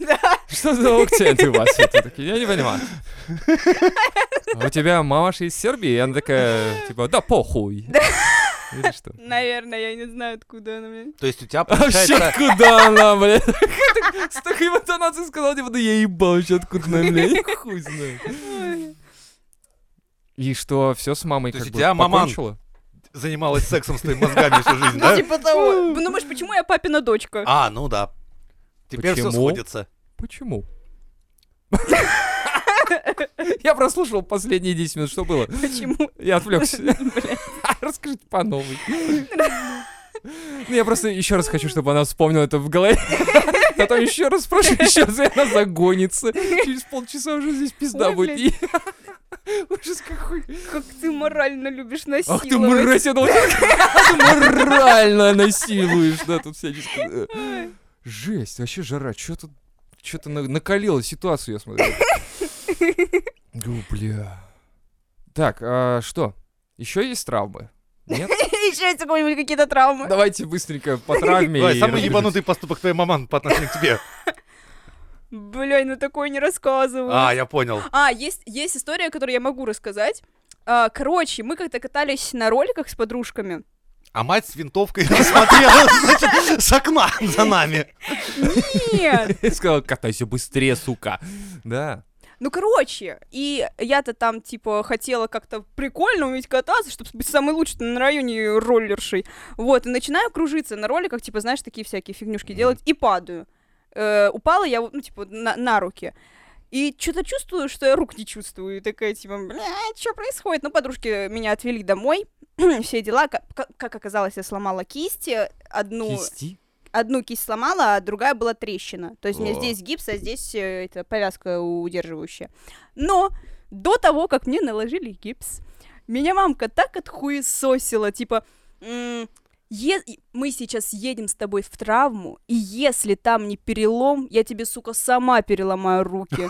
Что за акцент у вас? это такие? Я не понимаю. А у тебя мамаша из Сербии, и она такая, типа, да похуй. Или что? Наверное, я не знаю, откуда она мне. То есть у тебя А Вообще, получается... куда она, блядь? С такой интонацией сказала, типа, да я ебал, вообще откуда она, блядь, хуй знает. И что, все с мамой То как есть у бы тебя маман. покончила? Занималась сексом с твоими мозгами всю жизнь, Ну да? типа того. Ну, может, почему я папина дочка? А, ну да. Теперь все Почему? сходится. Почему? Я прослушал последние 10 минут, что было. Почему? Я отвлекся. Расскажите по новой. Ну, я просто еще раз хочу, чтобы она вспомнила это в голове. Потом еще раз спрошу, еще раз, и она загонится. Через полчаса уже здесь пизда Ой, будет. И- Ужас какой. Как ты морально любишь насиловать. Ах ты мразь, я думал, ты морально насилуешь, да, тут всячески. э. Жесть, вообще жара, что тут, что-то накалило ситуацию, я смотрю. Ну, бля. Так, а что? Еще есть травмы? Нет? Еще есть какие-нибудь какие-то травмы. Давайте быстренько по травме. Давай, и Самый разберемся. ебанутый поступок твоей маман по отношению к тебе. Блин, ну такое не рассказываю. А, я понял. А, есть, есть история, которую я могу рассказать. А, короче, мы как-то катались на роликах с подружками. А мать с винтовкой смотрела, значит, с окна за нами. Нет! Я сказал, катайся быстрее, сука. Да. Ну, короче, и я-то там, типа, хотела как-то прикольно уметь кататься, чтобы быть самой лучшей на районе роллершей. Вот, и начинаю кружиться на роликах, типа, знаешь, такие всякие фигнюшки делать, и падаю. Э, упала я, вот, ну, типа, на, на руки. И что-то чувствую, что я рук не чувствую. И такая, типа, бля, что происходит? Ну, подружки меня отвели домой, все дела. Ка- ка- Как оказалось, я сломала кисть, одну Кисти? одну кисть сломала, а другая была трещина. То есть у меня О. здесь гипс, а здесь э, это повязка удерживающая. Но до того, как мне наложили гипс, меня мамка так отхуесосила, типа, «М, е- и мы сейчас едем с тобой в травму, и если там не перелом, я тебе, сука, сама переломаю руки.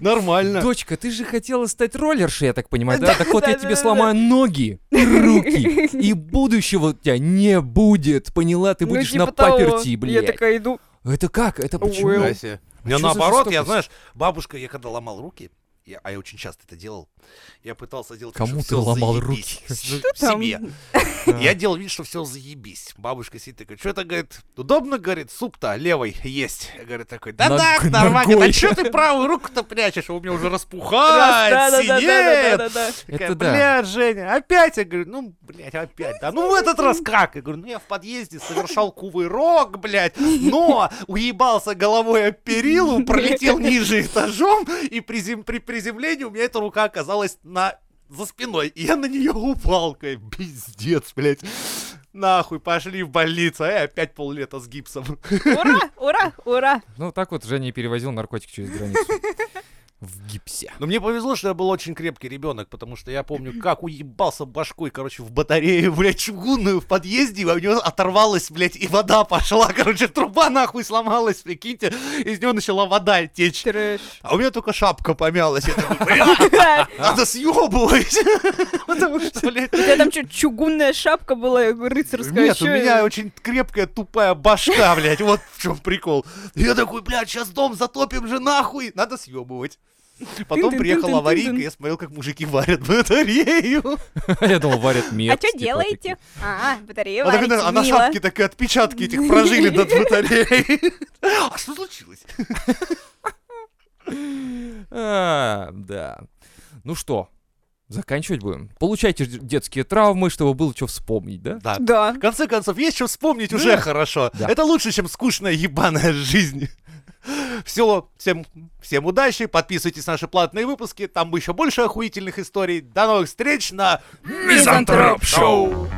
Нормально. Дочка, ты же хотела стать роллершей, я так понимаю, да? Так вот я да, тебе да, сломаю ноги и руки. И будущего у тебя не будет, поняла? Ты Ну, будешь типа на того. паперти, Я блядь. такая иду, Это как? Это почему? Уэлл. Нифига Ой, себе. У меня что А за наоборот, я, жестокость? знаешь, бабушка, я когда ломал руки, я- а я очень часто это делал, я пытался делать вид, Кому ты что всё ломал заебись. руки? В там, себе. Я делал вид, что все заебись. Бабушка сидит такая, что это, говорит, удобно, говорит, суп-то левой есть. Я говорю, такой, да Ног- так, нормально. ногой. Говорит, А что ты правую руку-то прячешь? А У меня уже раз, распухает, синеет. да. Такая, Это да. блядь, Женя, опять? Я говорю, ну, блядь, опять, да. Ну, в этот раз как? Я говорю, ну, я в подъезде совершал кувырок, блядь, но уебался головой об перилу, пролетел ниже этажом, и призем- при приземлении у меня эта рука оказалась на за спиной, и я на нее упал, такой, пиздец, блядь. Нахуй, пошли в больницу, а я опять поллета с гипсом. Ура, ура, ура. Ну, так вот Женя и перевозил наркотик через границу. В гипсе. Но мне повезло, что я был очень крепкий ребенок, потому что я помню, как уебался башкой, короче, в батарею, блядь, чугунную в подъезде, а у него оторвалась, блядь, и вода пошла, короче, труба нахуй сломалась, прикиньте, из него начала вода течь. А у меня только шапка помялась, я такой, блядь, У надо съебывать, потому что, блядь, тебя там что, чугунная шапка была рыцарская? Нет, чё? у меня очень крепкая тупая башка, блядь, вот в чем прикол. Я такой, блядь, сейчас дом затопим же нахуй, надо съебывать. Потом Тын-тын-тын-тын-тын-тын. приехала аварийка, я смотрел, как мужики варят батарею. Я думал, варят мед. А что типа, делаете? А, батарею А так варите, она- а на мило. шапке такие отпечатки этих прожили над батареей. А что случилось? такие. А, Да. Ну что, заканчивать будем? Получайте ж- детские травмы, чтобы было что вспомнить, да? Да. Да. В конце концов, есть что вспомнить уже хорошо. Да. Это лучше, чем скучная ебаная жизнь. Все, всем, всем удачи, подписывайтесь на наши платные выпуски, там еще больше охуительных историй. До новых встреч на Мизантроп Шоу!